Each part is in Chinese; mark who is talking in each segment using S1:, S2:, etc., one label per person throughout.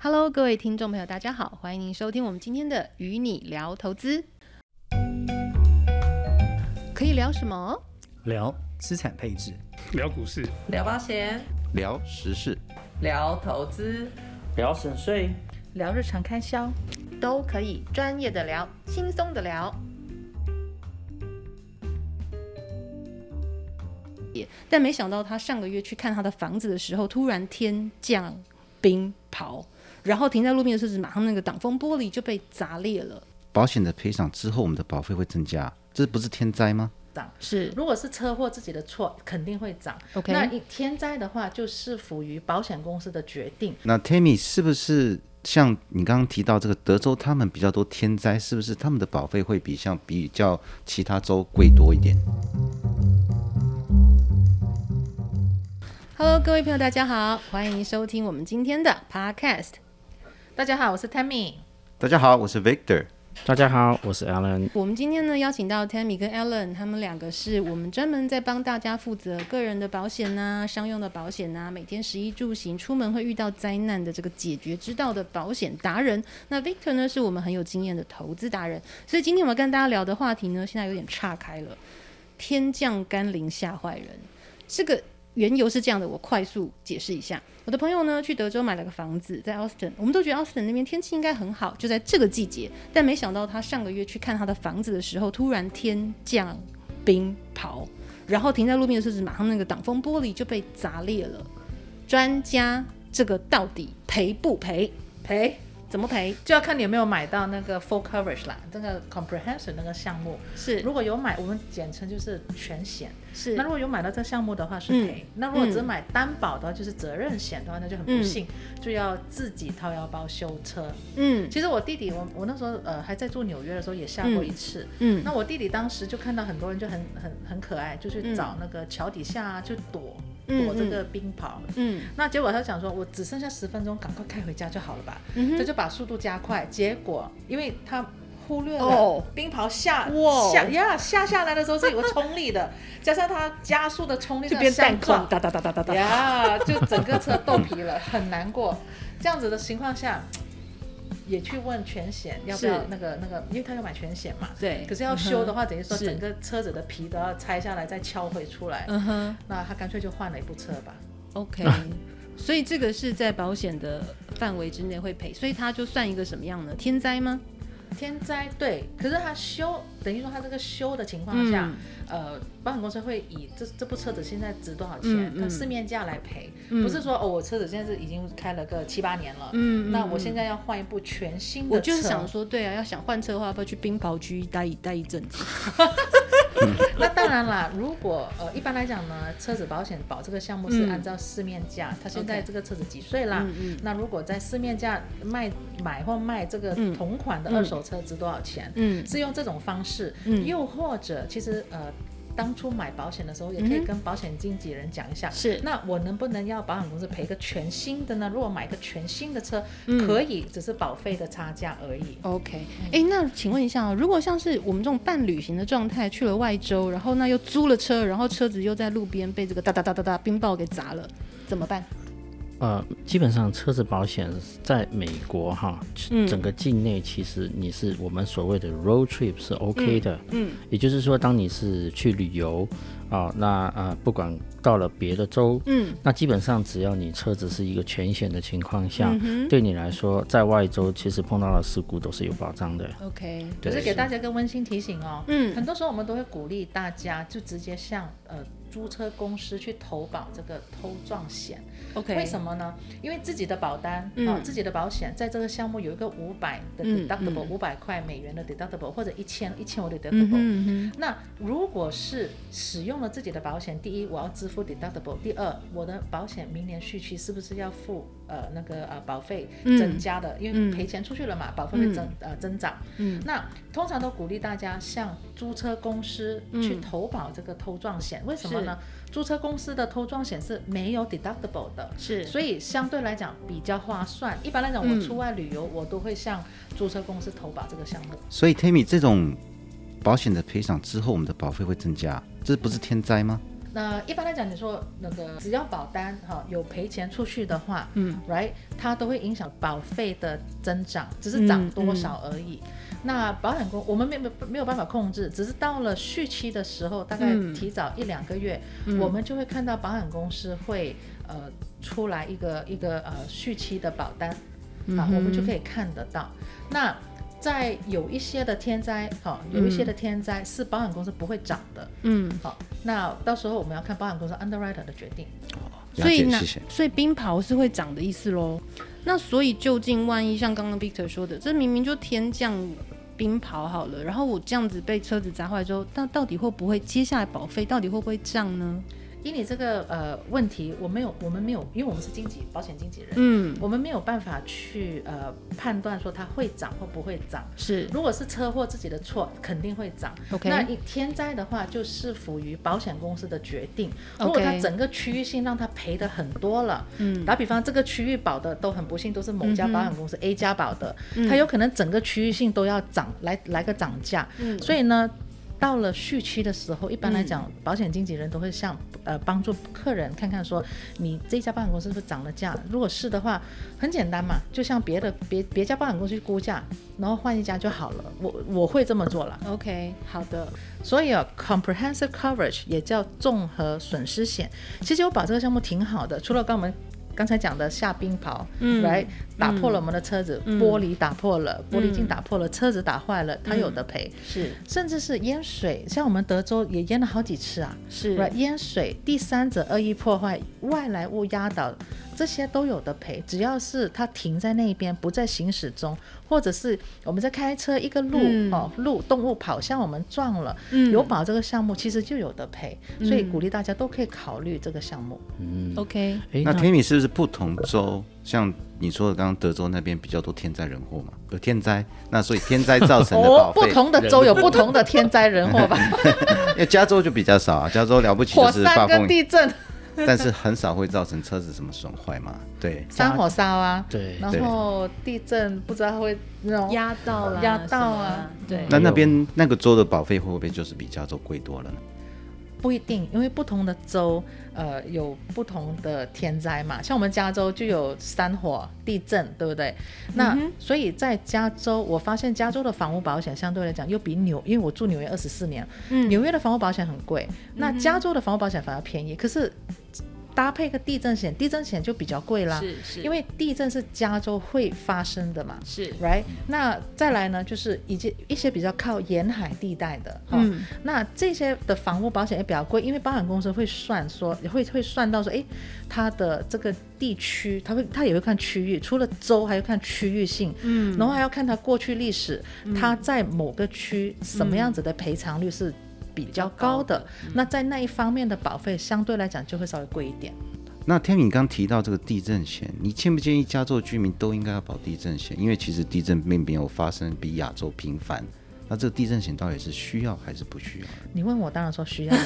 S1: Hello，各位听众朋友，大家好，欢迎您收听我们今天的《与你聊投资》，可以聊什么？
S2: 聊资产配置，
S3: 聊股市，
S4: 聊保险，
S5: 聊时事，
S4: 聊投资，
S6: 聊省税，
S7: 聊日常开销，
S1: 都可以专业的聊，轻松的聊。但没想到他上个月去看他的房子的时候，突然天降冰雹，然后停在路边的车子马上那个挡风玻璃就被砸裂了。
S5: 保险的赔偿之后，我们的保费会增加，这不是天灾吗？
S7: 涨。
S1: 是
S7: 如果是车祸自己的错，肯定会涨。
S1: OK
S7: 那你天灾的话，就是属于保险公司的决定。
S5: 那 Tammy 是不是像你刚刚提到这个德州，他们比较多天灾，是不是他们的保费会比像比较其他州贵多一点？
S1: Hello，各位朋友，大家好，欢迎收听我们今天的 Podcast。
S7: 大家好，我是 Tammy。
S5: 大家好，我是 Victor。
S6: 大家好，我是 Alan。
S1: 我们今天呢邀请到 Tammy 跟 Alan，他们两个是我们专门在帮大家负责个人的保险呐、商用的保险呐、每天食衣住行出门会遇到灾难的这个解决之道的保险达人。那 Victor 呢是我们很有经验的投资达人，所以今天我们跟大家聊的话题呢，现在有点岔开了。天降甘霖吓坏人，这个缘由是这样的，我快速解释一下。我的朋友呢去德州买了个房子，在 Austin，我们都觉得 Austin 那边天气应该很好，就在这个季节，但没想到他上个月去看他的房子的时候，突然天降冰雹，然后停在路边的车子马上那个挡风玻璃就被砸裂了。专家，这个到底赔不赔？
S7: 赔
S1: 怎么赔？
S7: 就要看你有没有买到那个 full coverage 啦，那个 comprehensive 那个项目。
S1: 是
S7: 如果有买，我们简称就是全险。
S1: 是
S7: 那如果有买到这项目的话是
S1: 嗯
S7: 赔，那如果只买单保的话就是责任险的话，那就很不幸，就要自己掏腰包修车。
S1: 嗯
S7: 其实我弟弟，我我那时候呃还在住纽约的时候也下过一次。
S1: 嗯
S7: 那我弟弟当时就看到很多人就很很很可爱，就去找那个桥底下啊，就躲
S1: 嗯
S7: 躲这个冰雹。
S1: 嗯
S7: 那结果他想说，我只剩下十分钟，赶快开回家就好了吧。
S1: 嗯
S7: 他就把速度加快，结果因为他忽略
S1: 哦
S7: 了冰雹下、
S1: 哇哦
S7: 下呀下下来的时候是有个冲力的，加上他加速的冲力
S1: 就
S7: 这
S1: 变
S7: 样
S1: 弹
S7: 相
S1: 框，
S7: 撞，
S1: 哒哒哒哒哒哒。
S7: 呀，就整个车豆皮了， 很难过。这样子的情况下，也去问全险要不要
S1: 是
S7: 那个那个，因为他要买全险嘛。
S1: 对
S7: 可是要修的话，等于说
S1: 是
S7: 整个车子的皮都要拆下来再敲回出来。
S1: 嗯哼
S7: 那他干脆就换了一部车吧。
S1: ，OK。所以这个是在保险的范围之内会赔，所以它就算一个什么样呢？天灾吗？
S7: 天灾对，可是他修，等于说他这个修的情况下，
S1: 嗯
S7: 呃，保险公司会以这这部车子现在值多少
S1: 嗯
S7: 钱，
S1: 嗯
S7: 它市面价来赔，
S1: 嗯
S7: 不是说哦我车子现在是已经开了个七八年了，
S1: 嗯嗯
S7: 那我现在要换一部全新的车，
S1: 我就是想说，对啊，要想换车的话，要不要去冰雹区待一待一阵子？
S7: 那当然啦，如果呃，一般来讲呢，车子保险保这个项目
S1: 嗯
S7: 是按照市面价，它现在
S1: OK
S7: 这个车子几岁
S1: 嗯
S7: 啦？那如果在市面价卖买或卖这个同款的二手车值多少钱？
S1: 嗯
S7: 是用这种方式，
S1: 嗯
S7: 又或者其实呃。当初买保险的时候，也可以跟保险经纪人讲一下，
S1: 嗯是
S7: 那我能不能要保险公司赔个全新的呢？如果买个全新的车，
S1: 嗯
S7: 可以，只是保费的差价而已。
S1: OK，哎、那请问一下啊、如果像是我们这种半旅行的状态去了外州，然后那又租了车，然后车子又在路边被这个哒哒哒哒哒冰雹给砸了，怎么办？
S6: 呃，基本上车子保险在美国哈，
S1: 嗯
S6: 整个境内其实你是我们所谓的 road trip 是 OK 的，嗯，也就是说，当你是去旅游啊、那呃，不管到了别的州，
S1: 嗯，
S6: 那基本上只要你车子是一个全险的情况下，对你来说，在外州其实碰到了事故都是有保障的，
S1: ，OK，
S6: 对
S7: 只是给大家一个温馨提醒哦。
S1: 嗯
S7: 很多时候我们都会鼓励大家就直接向呃租车公司去投保这个偷撞险。
S1: OK
S7: 为什么呢？因为自己的保单啊、
S1: 嗯
S7: 自己的保险在这个项目有一个五百的
S1: 嗯
S7: deductible，五百、块美元的 deductible 或者一千一千五的 deductible、
S1: 嗯哼嗯
S7: 那如果是使用了自己的保险，第一我要支付 deductible，第二我的保险明年续期是不是要付呃那个呃保费
S1: 嗯
S7: 增加的？因
S1: 嗯
S7: 为赔钱出去了嘛，保费会增、呃增长。
S1: 嗯，
S7: 那通常都鼓励大家向租车公司去投保这个偷撞险，
S1: 嗯
S7: 为什么呢？租车公司的偷撞险是没有 deductible 的，
S1: 是
S7: 所以相对来讲比较划算。一般来讲，
S1: 嗯
S7: 我出外旅游，我都会向租车公司投保这个项目。
S5: 所以 Tammy 这种保险的赔偿之后，我们的保费会增加，这不是天灾吗？
S7: 那一般来讲，你说那个只要保单哈、有赔钱出去的话，嗯，right，它都会影响保费的增长，只是涨
S1: 嗯
S7: 多少而已。那保险公我们没没没有办法控制，只是到了续期的时候，大概
S1: 嗯
S7: 提早一两个月，我们就会看到保险公司会呃出来一个一个呃续期的保单，
S1: 嗯
S7: 啊，我们就可以看得到。那在有一些的天灾，哈、有一些的天灾是保险公司不会涨的，
S1: 嗯，
S7: 好、那到时候我们要看保险公司 underwriter 的决定。
S5: 了
S1: 所以
S5: 解，
S1: 那
S5: 谢谢。
S1: 所以冰雹是会涨的意思喽。那所以究竟万一像刚刚 Victor 说的，这明明就天降冰雹好了，然后我这样子被车子砸坏之后，那到底会不会接下来保费到底会不会涨呢？
S7: 以你这个呃问题，我没有，我们没有，因为我们是经纪保险经纪人，
S1: 嗯，
S7: 我们没有办法去呃判断说它会涨或不会涨。
S1: 是
S7: 如果是车祸自己的错，肯定会涨。
S1: OK
S7: 那你天灾的话，就是属于保险公司的决定。如果
S1: OK
S7: 它整个区域性让它赔的很多了，嗯，打比方这个区域保的都很不幸，都是某家保险公司 A 家保的，它有可能整个区域性都要涨，来来个涨价。嗯，所以呢。到了续期的时候，一般来讲，保险经纪人都会向呃帮助客人看看说，你这家保险公司是不是涨了价？如果是的话，很简单嘛，就像别的别别家保险公司去估价，然后换一家就好了。我我会这么做了。
S1: OK 好的，
S7: 所以啊，comprehensive coverage 也叫综合损失险。其实我保这个项目挺好的，除了刚我们刚才讲的下冰雹，嗯，来打破了我们的车子，玻璃打破了，玻璃镜打破了，车子打坏了，它有的赔。
S1: 是
S7: 甚至是淹水，像我们德州也淹了好几次啊。
S1: 是
S7: Right，淹水、第三者恶意破坏、外来物压倒，这些都有的赔。只要是它停在那边，不在行驶中，或者是我们在开车一个路、
S1: 嗯
S7: 哦，路动物跑向我们撞了，有保这个项目其实就有的赔。
S1: 嗯
S7: 所以鼓励大家都可以考虑这个项目。
S1: OK
S6: 诶，
S5: 那 Tammy 是不是不同州，像你说的，刚刚德州那边比较多天灾人祸嘛？有天灾，那所以天灾造成的
S7: 哦
S5: 保，
S7: 不
S5: 费，
S7: 同的州有不同的天灾人祸 吧，
S5: 因为加州就比较少啊，加州了不起
S7: 火
S5: 就是
S7: 山
S5: 暴
S7: 跟
S5: 风雨，
S7: 地震、
S5: 但是很少会造成车子什么损坏嘛。对，
S7: 山火烧啊，
S6: 对
S7: 然
S5: 对
S7: 后地震不知道会那种
S1: 嗯压到啦，
S7: 压到
S1: 什
S7: 啊
S1: 么啦对，
S5: 那那边那个州的保费会不会就是比加州贵多了呢？
S7: 不一定，因为不同的州，呃，有不同的天灾嘛。像我们加州就有山火、地震，对不对？
S4: 嗯
S7: 那、所以在加州，我发现加州的房屋保险相对来讲又比纽，因为我住纽约二十四年，
S4: 嗯
S7: 纽约的房屋保险很贵，那加州的房屋保险反而便宜。可是搭配个地震险，地震险就比较贵啦，
S4: 是是
S7: 因为地震是加州会发生的嘛。
S4: 是
S7: right？那再来呢，就是以及一些比较靠沿海地带的，哈、那这些的房屋保险也比较贵，因为保险公司会算说，会会算到说，诶，它的这个地区，它会它也会看区域，除了州还要看区域性，嗯，然后还要看它过去历史，它在某个区什么样子的赔偿率是。比较高的，那在那一方面的保费相对来讲就会稍微贵一点。
S5: 那 Tammy 你刚提到这个地震险，你建不建议加州的居民都应该要保地震险？因为其实地震并没有发生比亚洲频繁，那这个地震险到底是需要还是不需要？
S7: 你问我，当然说需要 啦，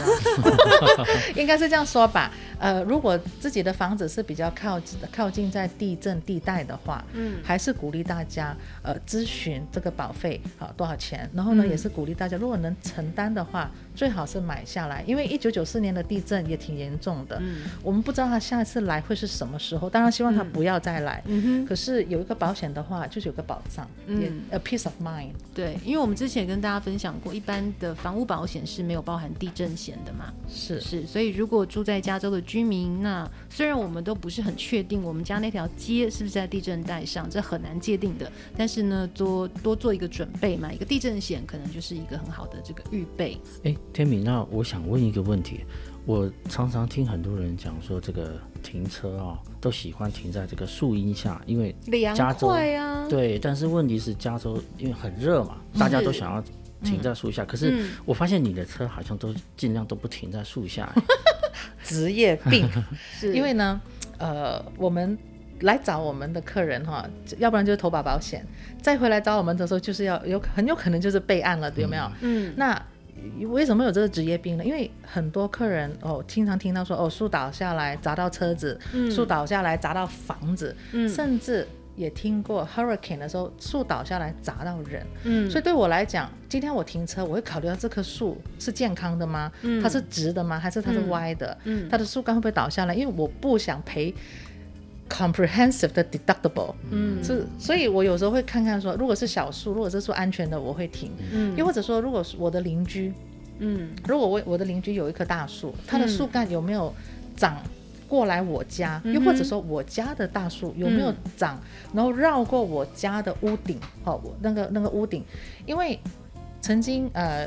S7: 应该是这样说吧。呃，如果自己的房子是比较靠靠近在地震地带的话，嗯，还是鼓励大家呃咨询这个保费好、多少钱。然后呢，也是鼓励大家，如果能承担的话，最好是买下来，因为一九九四年的地震也挺严重的，嗯，我们不知道它下一次来会是什么时候，当然希望它不要再来。嗯哼，嗯可是有一个保险的话，就是有个保障，也 a peace of mind。
S1: 对，因为我们之前也跟大家分享过，一般的房屋保险是没有包含地震险的嘛，
S7: 是
S1: 是，所以如果住在加州的居民，那虽然我们都不是很确定我们家那条街是不是在地震带上，这很难界定的，但是呢，多多做一个准备嘛，一个地震险可能就是一个很好的这个预备。
S6: 哎，天明，那我想问一个问题，我常常听很多人讲说，这个停车啊、都喜欢停在这个树荫下，因为
S1: 凉
S6: 加州
S1: 快啊，
S6: 对，但是问题是加州因为很热嘛，大
S1: 嗯
S6: 家都想要停在树下，可是我发现你的车好像都尽量都不停在树下，哎
S7: 职业病。
S1: 是
S7: 因为呢，呃，我们来找我们的客人哈，要不然就是投保保险，再回来找我们的时候，就是要有很有可能就是备案了，有没有？嗯，那。为什么有这个职业病呢？因为很多客人哦，经常听到说哦，树倒下来砸到车子，树倒下来砸到房子，甚至也听过 hurricane 的时候，树倒下来砸到人，
S1: 嗯
S7: 所以对我来讲，今天我停车，我会考虑到这棵树是健康的吗？它是直的吗？还是它是歪的？它的树干会不会倒下来？因为我不想赔 comprehensive 的 deductible，嗯，是，所以我有时候会看看说，如果是小树，如果这树安全的，我会停，嗯，又或者说，如果是我的邻居，嗯，如果我我的邻居有一棵大树，它的树干有没有长？过来我家，又或者说我家的大树有没有长，然后绕过我家的屋顶，哦，我那个那个屋顶，因为曾经呃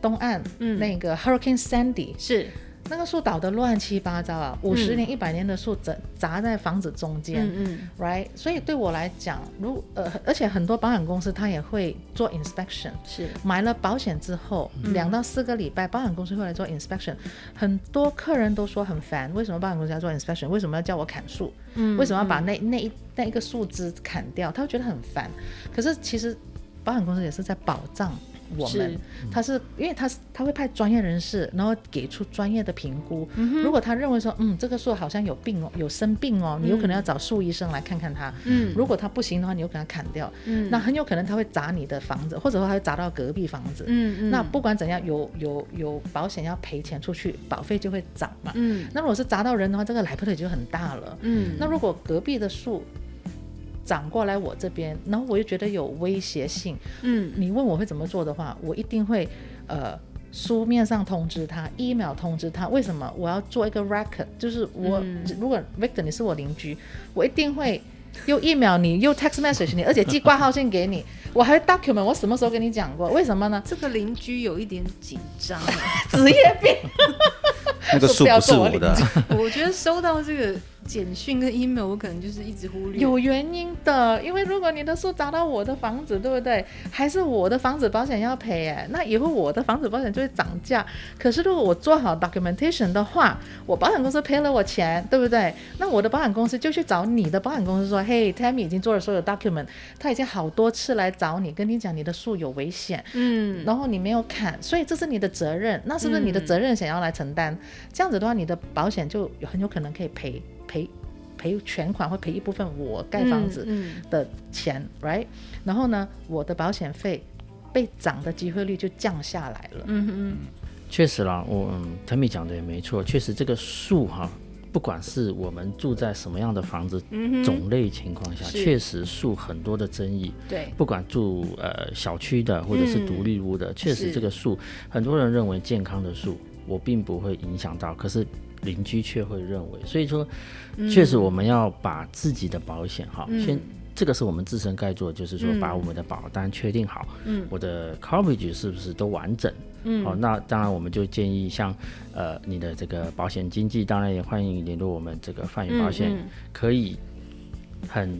S7: 东岸、那个 Hurricane Sandy
S1: 是，
S7: 那个树倒得乱七八糟啊，五十年、一百年的树砸砸在房子中间、
S1: 嗯
S7: r i g h t 所以对我来讲，如呃，而且很多保险公司它也会做 inspection，
S1: 是，
S7: 买了保险之后，两到四个礼拜，保险公司会来做 inspection。很多客人都说很烦，为什么保险公司要做 inspection？为什么要叫我砍树？嗯，为什么要把那那一那一个树枝砍掉？他会觉得很烦。可是其实保险公司也是在保障我们
S1: 是，
S7: 他是因为他是他会派专业人士，然后给出专业的评估。如果他认为说，嗯，这个树好像有病哦，有生病哦，你有可能要找树医生来看看他。
S1: 嗯
S7: 如果他不行的话，你就给他砍掉。
S1: 嗯
S7: 那很有可能他会砸你的房子，或者说他会砸到隔壁房子。
S1: 嗯嗯，
S7: 那不管怎样，有有有保险要赔钱出去，保费就会涨嘛。
S1: 嗯
S7: 那如果是砸到人的话，这个来不得就很大了。
S1: 嗯
S7: 那如果隔壁的树长过来我这边，然后我又觉得有威胁性，
S1: 嗯
S7: 你问我会怎么做的话，我一定会呃书面上通知他，email 通知他。为什么我要做一个 record？就是我、如果 Victor 你是我邻居，我一定会又 email 你，又 text message 你，而且寄挂号信给你。我还会 document 我什么时候跟你讲过？为什么呢？
S1: 这个邻居有一点紧张，啊
S7: 职业病。
S5: 那个
S7: 说
S5: 树
S7: 不要
S5: 不是
S7: 做我
S5: 我的，
S1: 我觉得收到这个简讯跟 email，我可能就是一直忽略。
S7: 有原因的，因为如果你的树砸到我的房子，对不对？还是我的房子保险要赔，哎，那以后我的房子保险就会涨价。可是如果我做好 documentation 的话，我保险公司赔了我钱，对不对？那我的保险公司就去找你的保险公司说，嘿，Tammy 已经做了所有 document，他已经好多次来找你，跟你讲你的树有危险，
S1: 嗯
S7: 然后你没有砍，所以这是你的责任。那是不是你的责任想要来承担？这样子的话，你的保险就很有可能可以赔赔赔全款，或赔一部分我盖房子
S1: 嗯
S7: 的钱、r i g h t 然后呢，我的保险费被涨的机会率就降下来了。嗯，
S6: 确实啦，我嗯，Tammy 讲的也没错，确实这个树哈、不管是我们住在什么样的房子，种类情况下，
S1: 嗯是
S6: 确实树很多的争议。
S1: 对，
S6: 不管住呃小区的或者是独立屋的，确实
S1: 是
S6: 这个树，很多人认为健康的树，我并不会影响到，可是邻居却会认为，所以说，确实我们要把自己的保险哈，先这个是我们自身该做的，就是说把我们的保单确定好，嗯，我的 coverage 是不是都完整？嗯，好、那当然我们就建议像呃你的这个保险经纪，当然也欢迎联络我们这个泛宇保险，可以很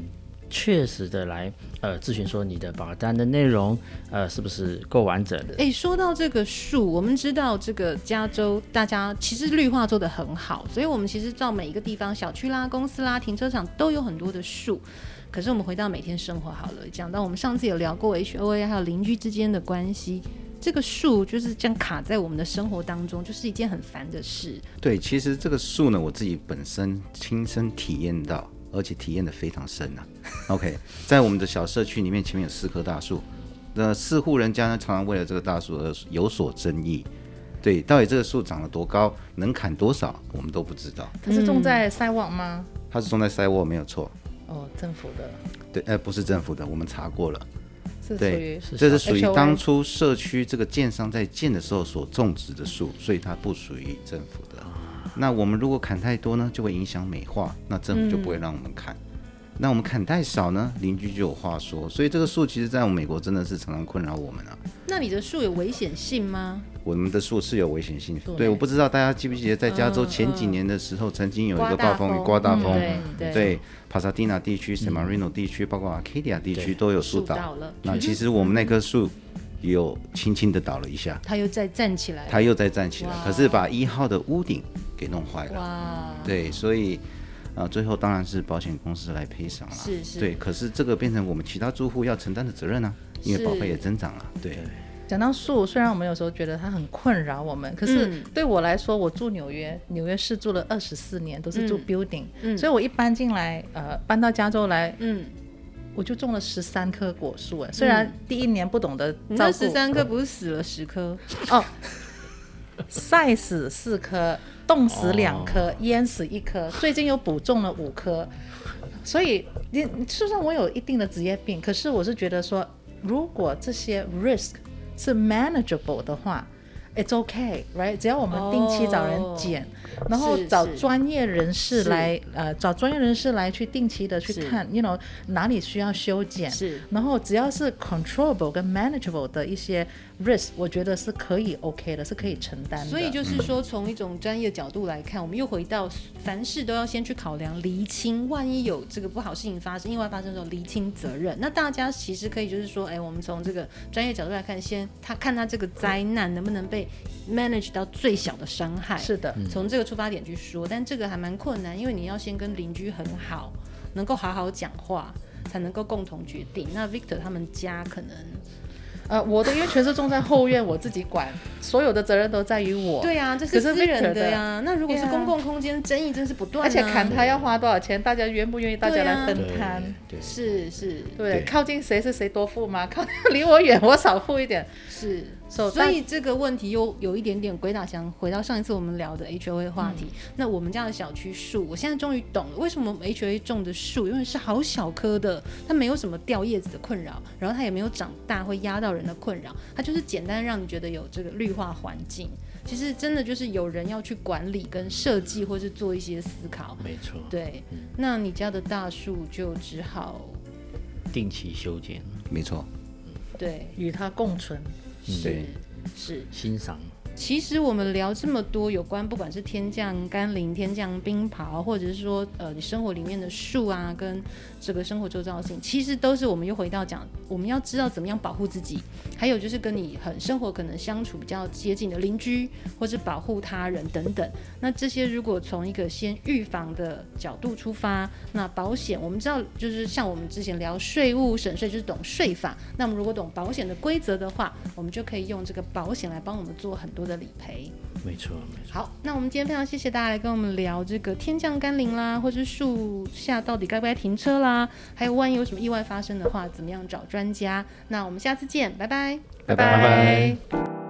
S6: 确实的来呃咨询说你的保单的内容呃是不是够完整的，
S1: 哎，说到这个树，我们知道这个加州大家其实绿化做得很好，所以我们其实到每一个地方，小区啦、公司啦、停车场都有很多的树。可是我们回到每天生活好了，讲到我们上次有聊过 HOA 还有邻居之间的关系，这个树就是这样卡在我们的生活当中，就是一件很烦的事。
S5: 对，其实这个树呢，我自己本身亲身体验到，而且体验的非常深啊。OK，在我们的小社区里面，前面有四棵大树，那四户人家呢，常常为了这个大树而有所争议。对，到底这个树长得多高，能砍多少，我们都不知道。
S7: 它是
S1: 嗯
S7: 种在塞网吗？
S5: 它是种在塞沃，没有错。
S7: 哦，政府的，
S5: 对，呃，不是政府的，我们查过了。
S7: 是属于
S5: 对，这是
S7: 小
S5: 属于
S7: HOA
S5: 当初社区这个建商在建的时候所种植的树，所以它不属于政府的。那我们如果砍太多呢，就会影响美化，那政府就不会让我们砍。那我们砍太少呢，邻居就有话说。所以这个树其实在美国真的是常常困扰我们啊。
S1: 那你的树有危险性吗？
S5: 我们的树是有危险性，
S7: 对
S5: 对，我不知道大家记不记得，在加州前几年的时候，曾经有一个暴风雨，刮大风，
S1: 对
S5: 对，帕萨蒂纳地区、圣马瑞诺地区，包括 Arcadia 地区都有树
S1: 树
S5: 倒。
S1: 倒了，
S5: 那其实我们那棵树有轻轻的倒了一下，
S1: 它又再站起来了。
S5: 它又再站起来
S1: 哇，
S5: 可是把一号的屋顶给弄坏了。
S1: 哇，
S5: 对，所以呃，最后当然是保险公司来赔偿了。
S1: 是是
S5: 对，可是这个变成我们其他住户要承担的责任啊，因为保费也增长了。对，
S7: 讲到树，虽然我们有时候觉得它很困扰我们，可是
S1: 嗯
S7: 对我来说，我住纽约，纽约市住了二十四年，都是住
S1: 嗯
S7: building，、所以我一搬进来，呃，搬到加州来，
S1: 嗯
S7: 我就种了十三棵果树，哎，虽然第一年不懂得
S1: 你嗯那
S7: 照顾
S1: 十，三颗不是死了十颗？
S7: 哦，晒死四棵，冻死两
S1: 哦
S7: 棵，淹死一棵，最近又补种了五棵。所以，你就算我有一定的职业病，可是我是觉得说，如果这些 risk 是 manageable 的话，it's okay，right？只要我们定期找人
S1: 哦
S7: 检然后
S1: 是
S7: 找
S1: 是
S7: 专业人士
S1: 是
S7: 来，呃，找专业人士来去定期的去
S1: 是
S7: 看，you know 哪里需要修剪，
S1: 是
S7: 然后只要是 controllable 跟 manageable 的一些 risk，我觉得是可以 OK 的，是可以承担的。
S1: 所以就是说，从一种专业角度来看，我们又回到凡事都要先去考量、厘清，万一有这个不好事情发生、意外发生的时候，厘清责任。那大家其实可以就是说，哎，我们从这个专业角度来看，先他看他这个灾难能不能被 manage 到最小的伤害，
S7: 是的，
S1: 从这个出发点去说，但这个还蛮困难，因为你要先跟邻居很好，能够好好讲话。才能够共同决定。那 Victor 他们家可能
S7: 呃，我的因为全是种在后院，我自己管，所有的责任都在于我。
S1: 对啊，这
S7: 可
S1: 是
S7: 是
S1: 私人
S7: Victor
S1: 的
S7: 的
S1: 呀、那如果是
S7: 对啊
S1: 公共空间，争议真是不断、啊。
S7: 而且砍它要花多少钱，大家愿不愿意大
S1: 对
S7: 家
S1: 啊
S7: 来分摊？
S6: 对，
S1: 是是
S7: 对，
S5: 对
S7: 靠近谁是谁多付吗？靠 离我远，我少付一点。
S1: 是，
S7: So
S1: 所以这个问题又有一点点鬼打墙。回到上一次我们聊的 HOA 话题，
S7: 嗯
S1: 那我们家的小区树，我现在终于懂了为什么我们 HOA 种的树，因为是好小棵的，它没有什么掉叶子的困扰，然后它也没有长大会压到人的困扰，它就是简单让你觉得有这个绿化环境。其实真的就是有人要去管理跟设计，或是做一些思考。
S6: 没错，
S1: 对，
S7: 嗯
S1: 那你家的大树就只好
S6: 定期修剪、
S5: 没错，
S1: 对
S7: 与它共存。
S5: 对
S1: 是是。
S6: 欣赏，
S1: 其实我们聊这么多有关不管是天降甘霖、天降冰雹，或者是说呃你生活里面的树啊，跟这个生活周遭的事情，其实都是我们又回到讲，我们要知道怎么样保护自己，还有就是跟你很生活可能相处比较接近的邻居，或是保护他人等等。那这些如果从一个先预防的角度出发，那保险我们知道就是像我们之前聊税务省税就是懂税法，那么如果懂保险的规则的话，我们就可以用这个保险来帮我们做很多的理赔。
S6: 没错，没错，
S1: 好，那我们今天非常谢谢大家来跟我们聊这个天降甘霖啦，或是树下到底该不该停车啦，还有万一有什么意外发生的话，怎么样找专家？那我们下次见，拜拜。
S5: 拜拜
S1: 拜